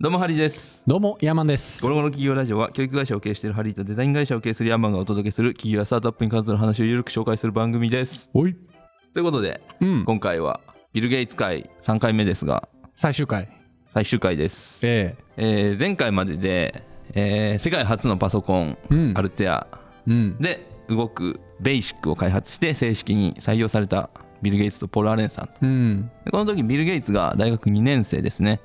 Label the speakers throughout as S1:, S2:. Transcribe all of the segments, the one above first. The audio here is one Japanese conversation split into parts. S1: どうもハリーです
S2: どうも、ヤーマンです
S1: ゴ。ロゴロ企業ラジオは教育会社を経営しているハリーとデザイン会社を経営するヤンマンがお届けする企業やスタートアップに関する話をゆるく紹介する番組です
S2: おい。
S1: ということで
S2: うん。
S1: 今回はビル・ゲイツ会3回目ですが
S2: 最終回。
S1: 最終回です、
S2: え
S1: えー前回までで、えー世界初のパソコン、
S2: うん
S1: アルテア
S2: えうん。
S1: で動くベーシックを開発して正式に採用されたビル・ゲイツとポール・アレンさんと
S2: うん。
S1: でこの時ビル・ゲイツが大学2年生ですね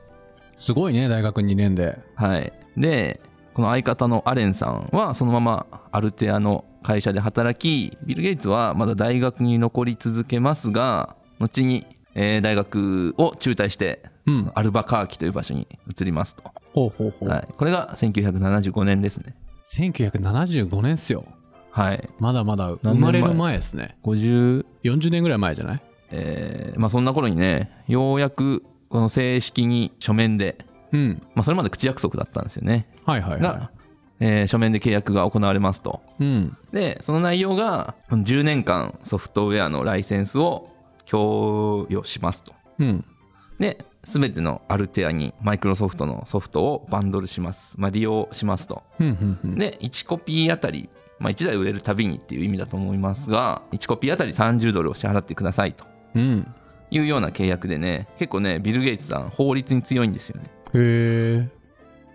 S2: すごいね、大学2年で。
S1: はい、でこの相方のアレンさんはそのままアルテアの会社で働きビル・ゲイツはまだ大学に残り続けますが後に、えー大学を中退して
S2: うん。
S1: アルバカーキという場所に移りますと、
S2: ほうほうほう。
S1: はい、これが1975年ですね
S2: 1975年っすよ。
S1: はい
S2: まだまだ生
S1: 何年
S2: ま
S1: 前
S2: れる前ですね。
S1: 50
S2: 40年ぐらい前じゃない
S1: えーまあそんな頃にねようやくこの正式に書面で、
S2: うん。
S1: まあ、それまで口約束だったんですよね
S2: はいはいは
S1: が、えー書面で契約が行われますと
S2: い。うん。
S1: でその内容が10年間ソフトウェアのライセンスを供与しますと
S2: うん。
S1: で全てのアルテアにマイクロソフトのソフトをバンドルします、まあ、利用しますと
S2: うん。うん。うん。
S1: で1コピーあたり、まあ、1台売れるたびにっていう意味だと思いますが1コピーあたり30ドルを支払ってくださいと
S2: うん。
S1: いうような契約でね結構ねビル・ゲイツさん法律に強いんですよね
S2: へえ。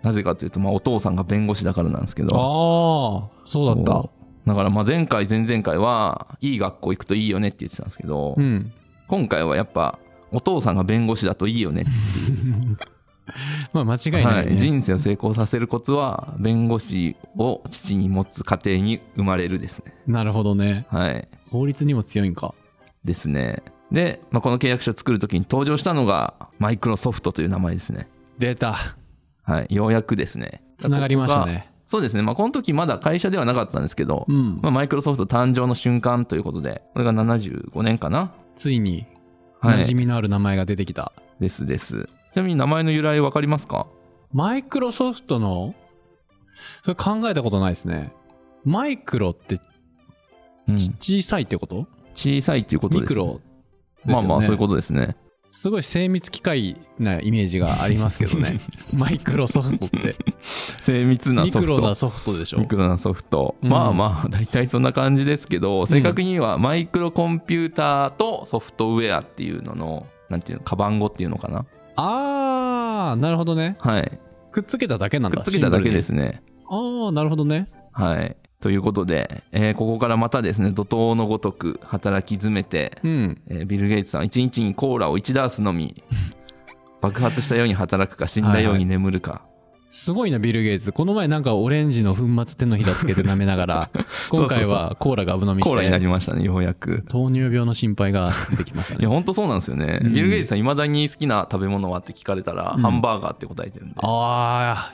S1: なぜかというと、まあ、お父さんが弁護士だからなんですけど
S2: ああ、そうだっ
S1: そ
S2: た。
S1: うだからまあ前回前々回はいい学校行くといいよねって言ってたんですけど、
S2: うん。
S1: 今回はやっぱお父さんが弁護士だといいよ ね
S2: まあ間違いな
S1: はいい、
S2: ね。
S1: 人生を成功させるコツは弁護士を父に持つ家庭に生まれるですね
S2: なるほどね。
S1: はい
S2: 法律にも強いんか。
S1: ですねで、まあ、この契約書を作る時に登場したのがマイクロソフトという名前ですね
S2: 出た。
S1: はいようやくですね
S2: つながりました
S1: ここが
S2: ね。
S1: そうですねまあこの時まだ会社ではなかったんですけど、
S2: うん
S1: ま。あ、マイクロソフト誕生の瞬間ということでこれが75年かな
S2: ついに、
S1: はい
S2: 馴染みのある名前が出てきた。
S1: ですですちなみに名前の由来わかりますか
S2: マイクロソフトのそれ考えたことないですねマイクロって
S1: うん
S2: ち小さいってこと、
S1: 小さいっていうことです、
S2: ミクロですよね
S1: まあまあそういうことですね。
S2: すごい精密機械なイメージがありますけ どねマイクロソフトって
S1: 精密な
S2: ミ
S1: ソ
S2: ク
S1: フ
S2: ロな
S1: ト。
S2: ソフトでしょ
S1: ミクロなソフト、
S2: うん
S1: まあまあ大体そんな感じですけど正確にはマイクロコンピューターとソフトウェアっていうののなんていうのカバン語っていうのかな
S2: あーなるほどね
S1: はい
S2: くっつけただけなん
S1: く
S2: だ
S1: っつけただけです
S2: シ
S1: ね
S2: ンプルにああなるほどね
S1: はいということで、えーここからまたですね怒涛のごとく働き詰めて、
S2: うん
S1: えービル・ゲイツさん1日にコーラを1ダースの み爆発したように働くか死んだように眠るか、
S2: すごいなビル・ゲイツこの前なんかオレンジの粉末手のひらつけて舐めなが ら今回はコーラがぶ飲みし
S1: コーラにな
S2: て
S1: りましたねようやく
S2: 糖尿病の心配が出てきました
S1: いや
S2: ね
S1: 本当そうなんですよね、
S2: うん
S1: ビル・ゲイツさんいまだに好きな食べ物はって聞かれたら、
S2: うん
S1: ハンバーガーって答えてるんで
S2: ああ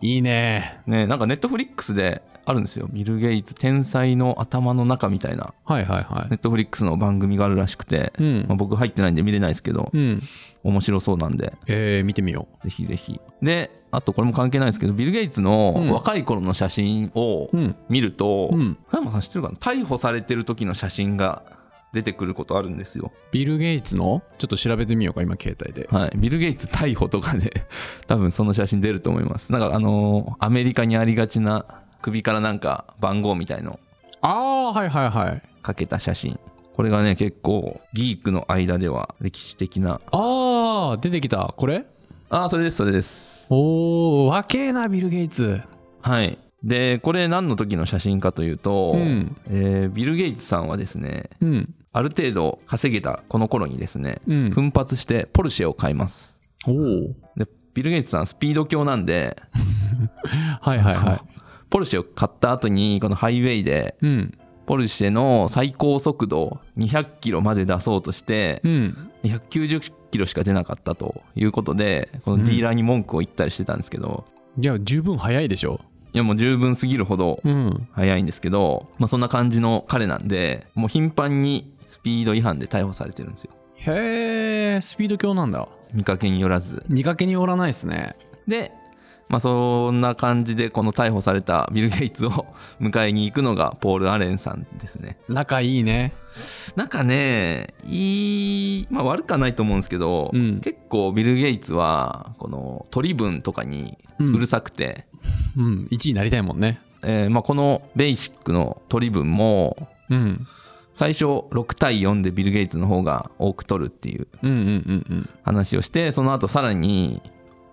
S2: いいね
S1: ねなんかネットフリックスであるんですよビル・ゲイツ天才の頭の中みたいな
S2: はいはいは
S1: ネットフリックスの番組があるらしくて、
S2: い。うん
S1: まあ、僕入ってないんで見れないですけど、
S2: うん。
S1: 面白そうなんで
S2: えー、見てみよ
S1: ぜひぜひであとこれも関係ないですけどビル・ゲイツ
S2: うん
S1: の若い頃の写真を
S2: う。うん。
S1: 見ると、
S2: うん
S1: 福山さん知ってるかな逮捕されてる時の写真が出てくることあるんですよ
S2: ビル・ゲイツのちょっと調べてみようか、今、携帯で。
S1: はい、ビル・ゲイツ逮捕とかで 多分その写真出ると思いますなんかあのーアメリカにありがちな首からなんか番号みたいの
S2: ああー、はいはいはい。
S1: かけた写真これがね結構ギークの間では歴史的な
S2: ああ、出てきた。これ
S1: ああそれですそれです
S2: おー、若えな、ビル・ゲイツ。
S1: はいでこれ何の時の写真かというと、
S2: うん
S1: えービル・ゲイツさんはですね
S2: うん。
S1: ある程度稼げたこの頃にですね
S2: うん。
S1: 奮発してポルシェを買います
S2: おー。
S1: でビル・ゲイツさんスピード強なんで
S2: はいはいはい。
S1: ポルシェを買った後にこのハイウェイで
S2: うん。
S1: ポルシェの最高速度を200キロまで出そうとして
S2: うん。
S1: 190キロしか出なかったということでこのディーラーに文句を言ったりしてたんですけど、
S2: いや、十分早いでしょ。
S1: いやもう十分すぎるほど
S2: うん。
S1: 速いんですけど、まあ、そんな感じの彼なんでもう頻繁にスピード違反で逮捕されてるんですよ
S2: へえ、スピード強なんだ。
S1: 見かけによらず
S2: 見かけによらないっすね。
S1: でまあ、そんな感じでこの逮捕されたビル・ゲイツを迎えに行くのがポール・アレンさんですね。
S2: 仲いいね
S1: なんかねいい、まあ、悪くはないと思うんですけど、
S2: うん
S1: 結構ビル・ゲイツはこの取り分とかに
S2: うん
S1: うるさくて、
S2: うん1位になりたいもんね
S1: えーまあ、このベーシックの取り分も
S2: うん
S1: 最初6対4でビル・ゲイツの方が多く取るっていう
S2: うんうんうんうん
S1: 話をしてその後さらに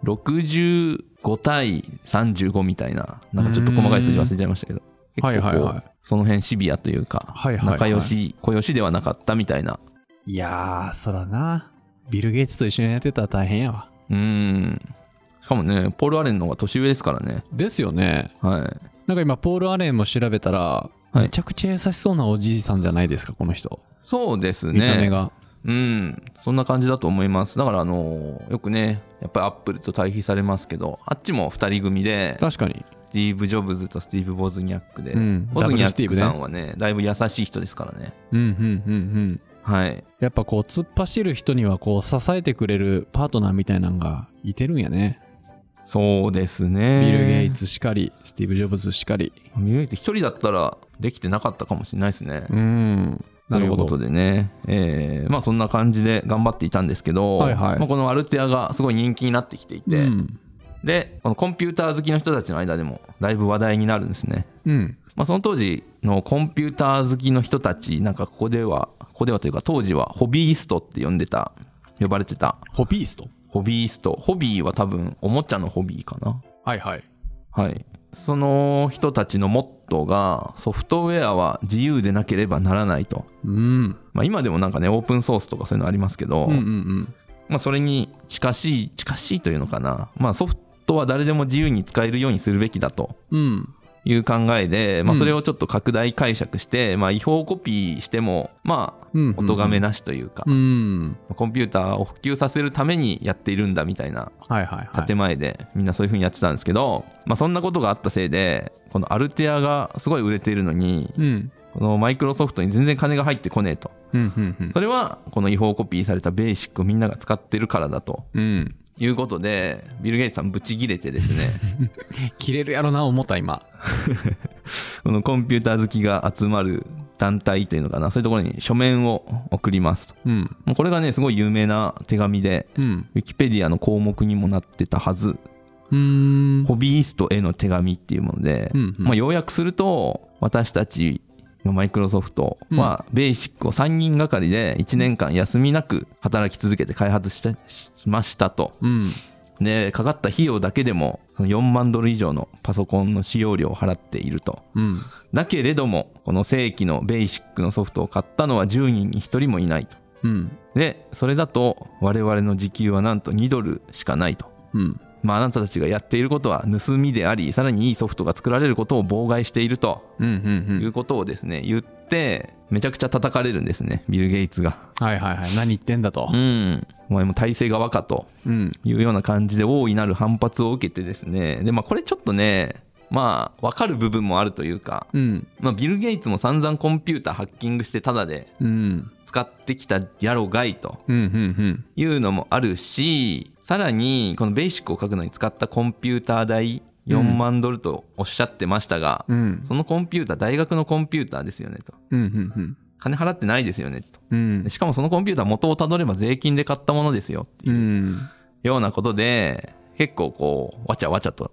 S1: 65対35みたいななんかちょっと細かい数字忘れちゃいましたけど結構こう
S2: はいはいはい
S1: その辺シビアというか、
S2: はいはいはい
S1: 仲良し小良しではなかったみたいない
S2: やーそらなビル・ゲイツと一緒にやってたら大変やわ
S1: うーんしかもねポール・アレンの方が年上ですからね
S2: ですよね
S1: はい
S2: なんか今ポール・アレンも調べたら、
S1: はい
S2: めちゃくちゃ優しそうなおじいさんじゃないですかこの人
S1: そうです
S2: 見た目
S1: ね
S2: が、
S1: うんそんな感じだと思いますだからあのよくねやっぱりアップルと対比されますけどあっちも2人組で
S2: 確かに
S1: スティーブ・ジョブズとスティーブ・ボズニャックで、
S2: うん
S1: ボズニャ
S2: ダブルスティ
S1: ッ
S2: ー
S1: ク
S2: ブね
S1: さんはねだいぶ優しい人ですからね
S2: うんうんうんうん
S1: はい
S2: やっぱこう突っ走る人にはこう支えてくれるパートナーみたいなのがいてるんやね、
S1: そうですね
S2: ビル・ゲイツしかりスティーブ・ジョブズしかり
S1: ビル・ゲイツ一人だったらできてなかったかもしれないですね、
S2: うんなるほ
S1: ということ
S2: ど
S1: でね、えーまあそんな感じで頑張っていたんですけど、
S2: はいはい
S1: まあこのアルテアがすごい人気になってきていて、
S2: うん、
S1: でこのコンピューター好きの人たちの間でもだいぶ話題になるんですね、
S2: うん、
S1: まあ、その当時のコンピューター好きの人たちなんかここではここではというか当時はホビーストって呼んでた呼ばれてた
S2: ホビースト
S1: ホビーストホビーは多分おもちゃのホビーかな
S2: はいはい
S1: はいその人たちのモットーがソフトウェアは自由でなければならないと、
S2: うん
S1: まあ、今でもなんかねオープンソースとかそういうのありますけど、
S2: うんうんうん
S1: まあ、それに近しい近しいというのかな、まあ、ソフトは誰でも自由に使えるようにするべきだと
S2: うん
S1: いう考えで、まあ、
S2: うん
S1: それをちょっと拡大解釈して、まあ、違法コピーしてもまあ
S2: うん
S1: お咎めなしというか、
S2: うん
S1: コンピューターを普及させるためにやっているんだみたいな
S2: はいはいはい
S1: 建前でみんなそういう風にやってたんですけど、まあ、そんなことがあったせいでこのアルテアがすごい売れているのに
S2: うん
S1: このマイクロソフトに全然金が入ってこねえと
S2: うんうんうん
S1: それはこの違法コピーされたベーシックをみんなが使ってるからだと
S2: うん
S1: いうことでビル・ゲイツさんブチギレてですね
S2: 切れるやろな思った今
S1: このコンピューター好きが集まる団体というのかなそういうところに書面を送りますと
S2: うん
S1: もうこれがねすごい有名な手紙で
S2: うん
S1: ウィキペディアの項目にもなってたはず
S2: うん
S1: ホビーイストへの手紙っていうもので、
S2: うんうん
S1: まあ、要約すると私たちマイクロソフトはベーシックを3人がかりで1年間休みなく働き続けて開発してしましたと
S2: うん
S1: でかかった費用だけでもその4万ドル以上のパソコンの使用料を払っていると
S2: うん
S1: だけれどもこの正規のベーシックのソフトを買ったのは10人に1人もいないと
S2: うん
S1: でそれだと我々の時給はなんと2ドルしかないと
S2: うん
S1: まあ、あなたたちがやっていることは盗みでありさらにいいソフトが作られることを妨害していると
S2: うんうんうん
S1: いうことをですね言ってめちゃくちゃ叩かれるんですねビル・ゲイツが。
S2: はいはいはい何言ってんだと
S1: うん、お前も体制側かと
S2: うん
S1: いうような感じで大いなる反発を受けてですねでまあこれちょっとねまあ分かる部分もあるというか、
S2: うん
S1: まあ、ビル・ゲイツも散々コンピューターハッキングしてタダで
S2: うん
S1: 使ってきたやろがいと
S2: うんうん
S1: いうのもあるしさらにこのベーシックを書くのに使ったコンピューター代4万ドルとおっしゃってましたが、
S2: うんうん
S1: そのコンピューター大学のコンピューターですよねと
S2: うんうん
S1: 金払ってないですよねと
S2: うん
S1: でしかもそのコンピューター元をたどれば税金で買ったものですよって
S2: う
S1: いうんようなことで結構こうわちゃわちゃと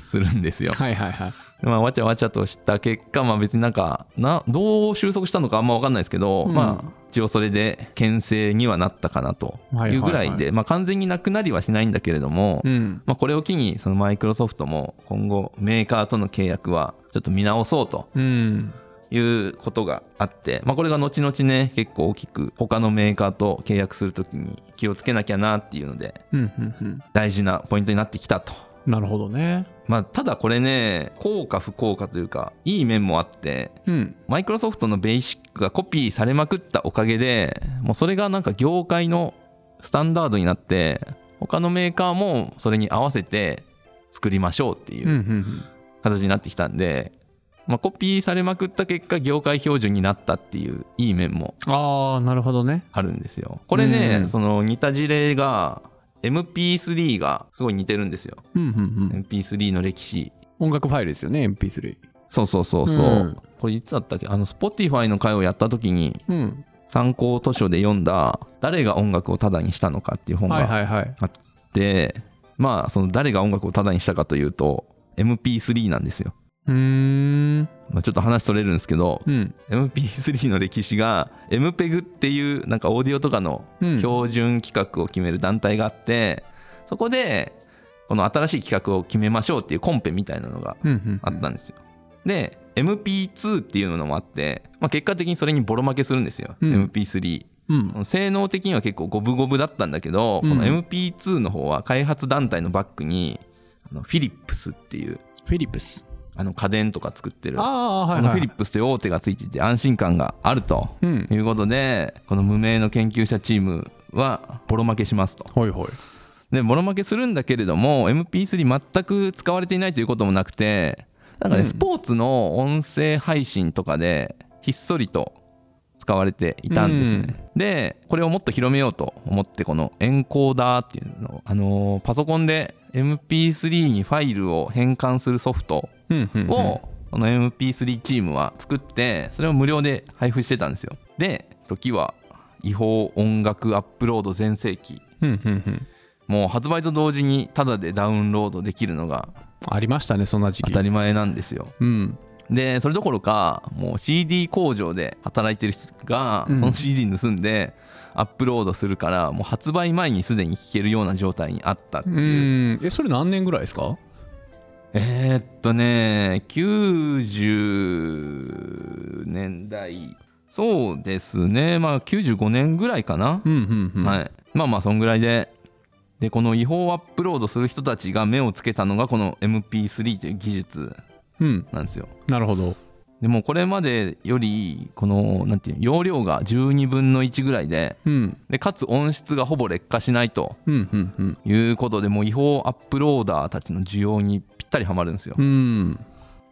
S1: するん ですよ。
S2: はいはいはい
S1: まあ、わちゃわちゃとした結果、まあ、別になんかなどう収束したのかあんま分かんないですけど、
S2: うん
S1: まあ一応それで牽制にはなったかなとい
S2: はいはいはいう
S1: ぐらいで、まあ、完全になくなりはしないんだけれども、
S2: うん
S1: まあ、これを機にそのマイクロソフトも今後メーカーとの契約はちょっと見直そうと
S2: うん
S1: いうことがあって、まあ、これが後々ね結構大きく他のメーカーと契約するときに気をつけなきゃなっていうので
S2: うんうんうん
S1: 大事なポイントになってきたと。
S2: なるほどね
S1: まあ、ただこれね効果不効果というかいい面もあって
S2: うん
S1: マイクロソフトのベーシックがコピーされまくったおかげでもうそれがなんか業界のスタンダードになって他のメーカーもそれに合わせて作りましょうって
S2: うん
S1: いううん形になってきたんで、まあ、コピーされまくった結果業界標準になったっていういい面も
S2: ああなるほどね
S1: あるんですよ。これね、
S2: うん
S1: その似た事例が MP3 がすごい似てるんですよ。
S2: うんうんうん。
S1: MP3 の歴史。
S2: 音楽ファイルですよね、MP3。
S1: そうそうそうそう。
S2: うん
S1: これいつだったっけあの、Spotify の回をやった時に、
S2: うん。
S1: 参考図書で読んだ、誰が音楽をタダにしたのかっていう本
S2: はい
S1: があ
S2: はいはい。
S1: って、まあ、その誰が音楽をタダにしたかというと、MP3 なんですよ。
S2: うーん。
S1: まあ、ちょっと話それるんですけど、
S2: うん。
S1: MP3 の歴史が MPEG っていうなんかオーディオとかの
S2: うん
S1: 標準規格を決める団体があって、そこでこの新しい規格を決めましょうっていうコンペみたいなのが
S2: うんうん。
S1: あったんですよ。で MP2 っていうのもあって、まあ、結果的にそれにボロ負けするんですよ、
S2: うん
S1: MP3。
S2: うん。
S1: 性能的には結構五分五分だったんだけど、
S2: うん
S1: この MP2 の方は開発団体のバックにあのフィリップスっていう
S2: フィリップス。
S1: あの家電とか作ってる
S2: ああ、はい
S1: この
S2: はい。
S1: フィリップスという大手がついていて安心感があると
S2: うん
S1: いうことで、この無名の研究者チームはボロ負けしますと
S2: はいはい。
S1: でボロ負けするんだけれども MP3 全く使われていないということもなくてなんかね、スポーツの音声配信とかでひっそりと使われていたんですね、でこれをもっと広めようと思ってこのエンコーダーっていうのを、あのーパソコンで MP3 にファイルを変換するソフト
S2: うんうんうん。
S1: をこの MP3 チームは作ってそれを無料で配布してたんですよで時は違法音楽アップロード全盛期
S2: うんうんうん。
S1: もう発売と同時にタダでダウンロードできるのが
S2: ありましたね、そんな時
S1: 当
S2: 期。
S1: たり前なんですよ
S2: うん。
S1: でそれどころかもう CD 工場で働いてる人が
S2: う
S1: そ
S2: ん
S1: の CD 盗んでアップロードするからもう発売前にすでに聴けるような状態にあったってい
S2: うん。え、それ何年ぐらいですか
S1: えー、っとね90年代そうですねまあ95年ぐらいかな、
S2: うんうんうん。
S1: はい、まあまあそんぐらいででこの違法アップロードする人たちが目をつけたのがこの MP3 という技術
S2: うん。
S1: なんですよ
S2: なるほど。
S1: でもうこれまでよりこのなんていうの容量が12分の1ぐらいで
S2: うん。
S1: でかつ音質がほぼ劣化しないと
S2: うんうんうん。
S1: いうことでもう違法アップローダーたちの需要にぴったりはまるんですよ
S2: うん。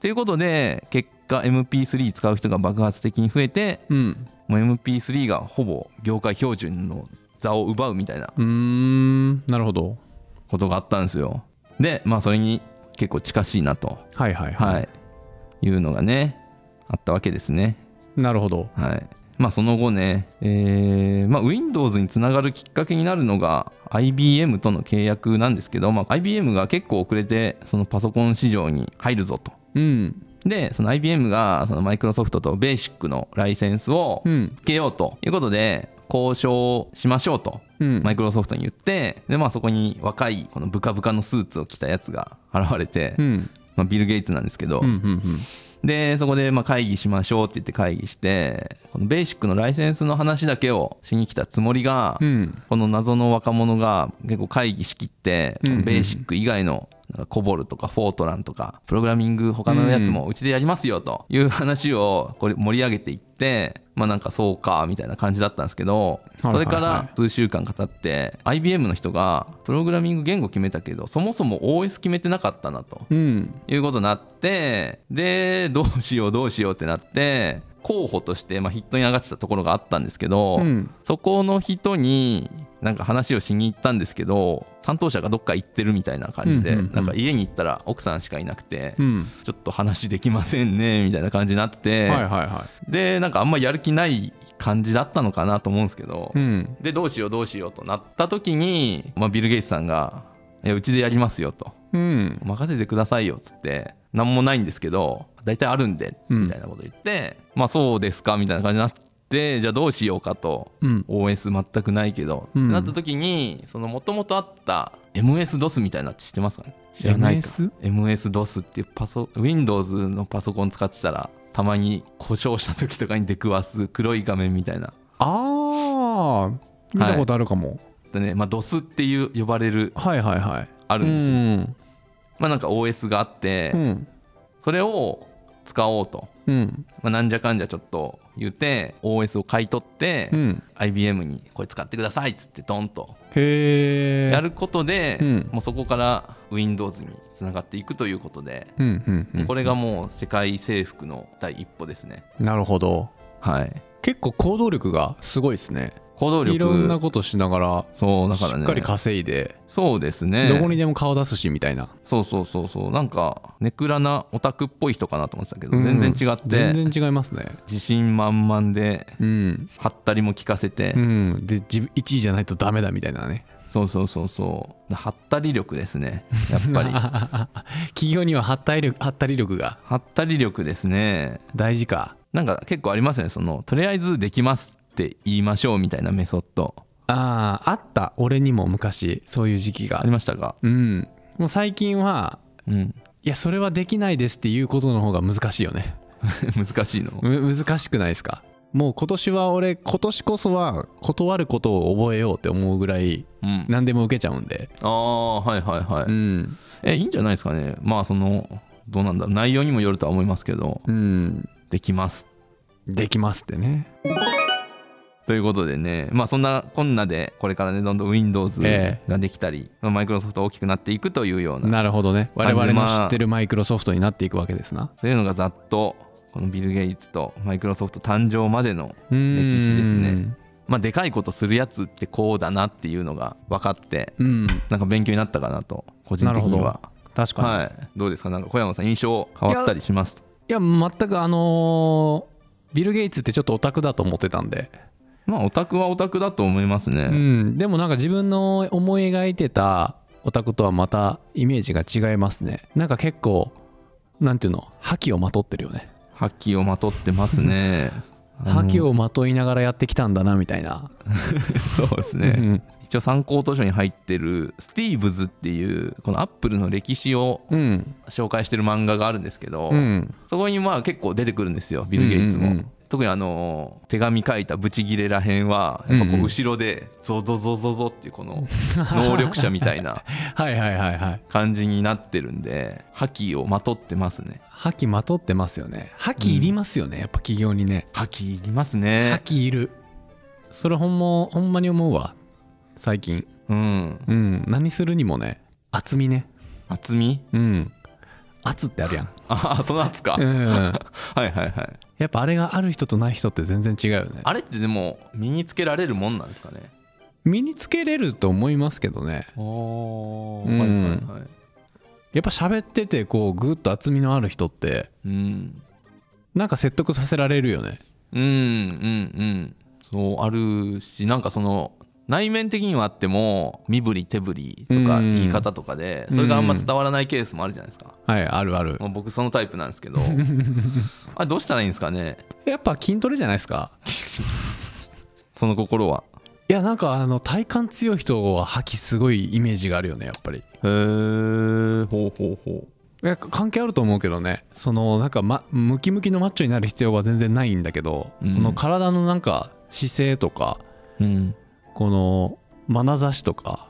S1: ということで結果 MP3 使う人が爆発的に増えて
S2: うん。
S1: もう MP3 がほぼ業界標準の座を奪うみたいな
S2: うーん。なるほど。
S1: ことがあったんですよでまあそれに結構近しいなと
S2: はいはいはい。
S1: はいいうのがねあったわけですね
S2: なるほど。
S1: はいまあその後ね、えーまあ、Windows につながるきっかけになるのが IBM との契約なんですけど、まあ、IBM が結構遅れてそのパソコン市場に入るぞと
S2: うん。
S1: でその IBM がそのマイクロソフトとベーシックのライセンスを
S2: うん。
S1: 受けようということで交渉しましょうと
S2: うん。
S1: マイクロソフトに言ってでまあそこに若いこのブカブカのスーツを着たやつが現れて、
S2: うん。
S1: まあ、ビル・ゲイツなんですけど、
S2: うんうん
S1: でそこでまあ会議しましょうって言って会議してこのベーシックのライセンスの話だけをしに来たつもりが、
S2: うん。うん。
S1: この謎の若者が結構会議しきって、
S2: うんうん
S1: ベーシック以外のなんかコボルとかフォートランとかプログラミング他のやつもうちでやりますよという話をこれ盛り上げていってまあなんかそうかみたいな感じだったんですけど
S2: はい
S1: そ
S2: はいは
S1: れ
S2: い
S1: から数週間かたって IBM の人がプログラミング言語決めたけどそもそも OS 決めてなかったなと
S2: うん。
S1: いうことになってでどうしようどうしようってなって候補としてまあヒットに上がってたところがあったんですけど、
S2: うん。
S1: そこの人になんか話をしに行ったんですけど担当者がどっか行ってるみたいな感じで、
S2: うんうんうん
S1: なんか家に行ったら奥さんしかいなくて、
S2: うん。
S1: ちょっと話できませんねみたいな感じになって、
S2: はいはいは
S1: でなんかあんまやる気ない感じだったのかなと思うんですけど、
S2: い。うん。
S1: でどうしようどうしようとなった時に、まあ、ビル・ゲイツさんが「いやうちでやりますよ」と
S2: うん
S1: 「任せてくださいよ」っつって「何もないんですけど大体あるんで」みたいなこと言って「まあそうですか」みたいな感じになってじゃあどうしようかと。
S2: うん。
S1: OS 全くないけど、
S2: うん
S1: ってなった時にその元々あった MS-DOS みたいなって知ってますかね知らないか
S2: MS？
S1: MS-DOS っていうパソ Windows のパソコン使ってたらたまに故障した時とかに出くわす黒い画面みたいな
S2: ああ。見たことあるかも。
S1: でね、まあ、DOS っていう呼ばれる
S2: はいはいはい。
S1: あ
S2: あ
S1: るんですよ、
S2: よ。
S1: まあなんか OS があって、
S2: うん。
S1: それを使おうと、
S2: うん。
S1: まあ、なんじゃかんじゃちょっと言うて OS を買い取って、
S2: うん。
S1: IBM にこれ使ってくださいっつってドンと
S2: へえ。
S1: やることで、
S2: うん
S1: もうそこから Windows につながっていくということで、
S2: うんうんうん。
S1: これがもう世界征服の第一歩ですね。
S2: なるほど。
S1: はい、
S2: 結構行動力がすごいですね。
S1: 行動力
S2: いろんなことしながら
S1: そうだ
S2: し
S1: からね
S2: っかり稼いで、
S1: そうですね
S2: どこにでも顔出すしみたいな
S1: そうそうそうそうなんかネクラなオタクっぽい人かなと思ってたけど、
S2: うん
S1: 全然違って
S2: 全然違いますね
S1: 自信満々で
S2: うん、
S1: ハったりも聞かせて、
S2: うん、でじ1位じゃないとダメだみたいな ね
S1: そうそうそうそうハったり力ですねやっぱ り
S2: 企業には発体力発たり力が
S1: ハったり力ですね
S2: 大事か
S1: なんか結構ありますねそのとりあえずできますって言いましょうみたいなメソッド
S2: あああった俺にも昔そういう時期が
S1: ありましたか
S2: うんもう最近は
S1: うん、
S2: いやそれはできないですっていうことの方が難しいよね
S1: 難しいの
S2: む難しくないですかもう今年は俺今年こそは断ることを覚えようって思うぐらい
S1: うん
S2: 何でも受けちゃうんで
S1: ああはいはいはい、
S2: うん
S1: えいいんじゃないですかねまあそのどうなんだろう内容にもよるとは思いますけど
S2: うん
S1: できます
S2: できますってね
S1: ということでねまあそんなこんなでこれからねどんどん Windows
S2: え
S1: ができたりマイクロソフト大きくなっていくというような
S2: なるほどね我々
S1: ま
S2: の
S1: あ
S2: 知ってるマイクロソフトになっていくわけですな
S1: そういうのがざっとこのビル・ゲイツとマイクロソフト誕生までの
S2: うん
S1: 歴史ですねまあでかいことするやつってこうだなっていうのが分かって
S2: うん
S1: なんか勉強になったかなと個人的に
S2: なる
S1: は
S2: 確かに、い、
S1: はいどうですかなんか小山さん印象変わったりします
S2: や全くあのービル・ゲイツってちょっとオタクだと思ってたんで、
S1: まあオタクはオタクだと思います
S2: う
S1: ね、
S2: ん、でもなんか自分の思い描いてたオタクとはまたイメージが違いますねなんか結構なんていうの覇気をまとってるよね
S1: 覇気をまとってます ね
S2: 覇気
S1: を
S2: をまといながらやってきたんだなみたいな、
S1: そうです
S2: う
S1: ね、
S2: ん
S1: 一応参考図書に入ってるスティーブズっていうこのアップルの歴史を
S2: うん
S1: 紹介してる漫画があるんですけど、
S2: うん
S1: そこにまあ結構出てくるんですよビル・ゲイツも。
S2: うんうんうん
S1: 特にあの手紙書いたブチギレらへんはやっぱこ
S2: う
S1: う
S2: んうん
S1: 後ろでゾゾゾゾゾっていうこの 能力者みたいな
S2: はいはいはいはい
S1: 感じになってるんで覇気をまとってますね
S2: 覇気まとってますよね覇気いりますよね、やっぱ企業にね
S1: 覇気いりますね
S2: 覇気いるそれほんまほんまに思うわ最近
S1: うん
S2: うん何するにもね厚みね
S1: 厚み
S2: うん圧ってあるやん、
S1: ああその圧か、
S2: う
S1: は
S2: ん、
S1: いはいはい
S2: やっぱあれがある人とない人って全然違うよね
S1: あれってでも身につけられるもんなんですかね
S2: 身につけれると思いますけどね
S1: お
S2: うん
S1: はいはいはい
S2: やっぱ喋っててこうグッと厚みのある人って
S1: うん
S2: なんか説得させられるよね
S1: うんうんうんそうあるしなんかその内面的にはあっても身振り手振りとか
S2: うん
S1: 言い方とかでそれがあんま伝わらないケースもあるじゃないですか、
S2: はいあるある
S1: まあ僕そのタイプなんです けどあどうしたらいいんですかね
S2: やっぱ筋トレじゃないですか
S1: その心はい
S2: やなんかあの体幹強い人は覇気すごいイメージがあるよねやっぱり
S1: へえほうほうほ
S2: いや関係あると思うけどねそのなんか、ま、ムキムキのマッチョになる必要は全然ないんだけど、
S1: うん
S2: その体のなんか姿勢とか
S1: ううん
S2: この眼差しとか、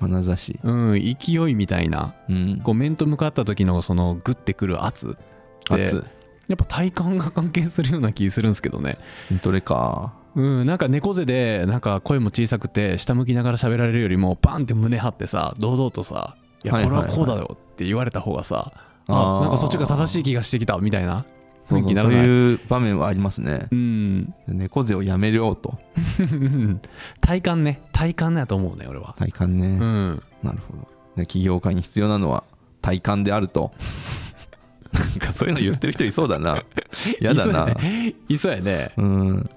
S1: 眼差し
S2: うん、勢いみたいな
S1: うん
S2: こう面と向かった時のそのグッてくる圧で
S1: 圧
S2: やっぱ体幹が関係するような気するんですけどね
S1: 筋トレか
S2: うんなんか猫背でなんか声も小さくて下向きながら喋られるよりもバンって胸張ってさ堂々とさ「いや
S1: はいはい
S2: これ
S1: はい
S2: はこうだよ」って言われた方がさ、
S1: あー
S2: あなんかそっちが正しい気がしてきたみたいな
S1: そう
S2: 雰囲気
S1: そう
S2: にな
S1: そう
S2: らない
S1: いう場面はありますね
S2: うん、
S1: 猫背をやめようと
S2: 体感ね体感だと思うね俺は
S1: 体感ね、
S2: うん
S1: なるほど。で起業家に必要なのは体感であると。なんかそういうの言ってる人いそうだな。嫌だな。
S2: いそうやね
S1: うん。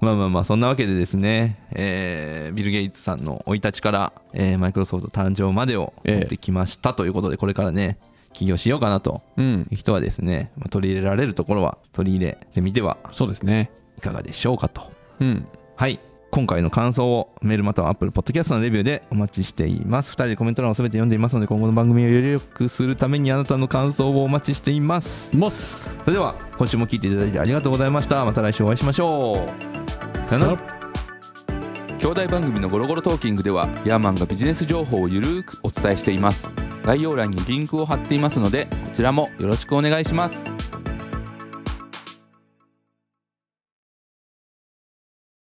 S1: まあまあまあそんなわけでですね、えービル・ゲイツさんの生い立ちから、えーマイクロソフト誕生までを持ってきましたということで、これからね起業しようかなと
S2: うん
S1: いう人はですねまあ取り入れられるところは取り入れてみては
S2: そうですね
S1: いかがでしょうかと
S2: うん
S1: はい今回の感想をメールまたは Apple Podcast のレビューでお待ちしています2人でコメント欄を全て読んでいますので今後の番組をより良くするためにあなたの感想をお待ちしています
S2: モス
S1: それでは今週も聞いていただいてありがとうございましたまた来週お会いしましょうさよなら兄弟番組のゴロゴロトーキングではヤーマンがビジネス情報をゆるーくお伝えしています概要欄にリンクを貼っていますのでこちらもよろしくお願いします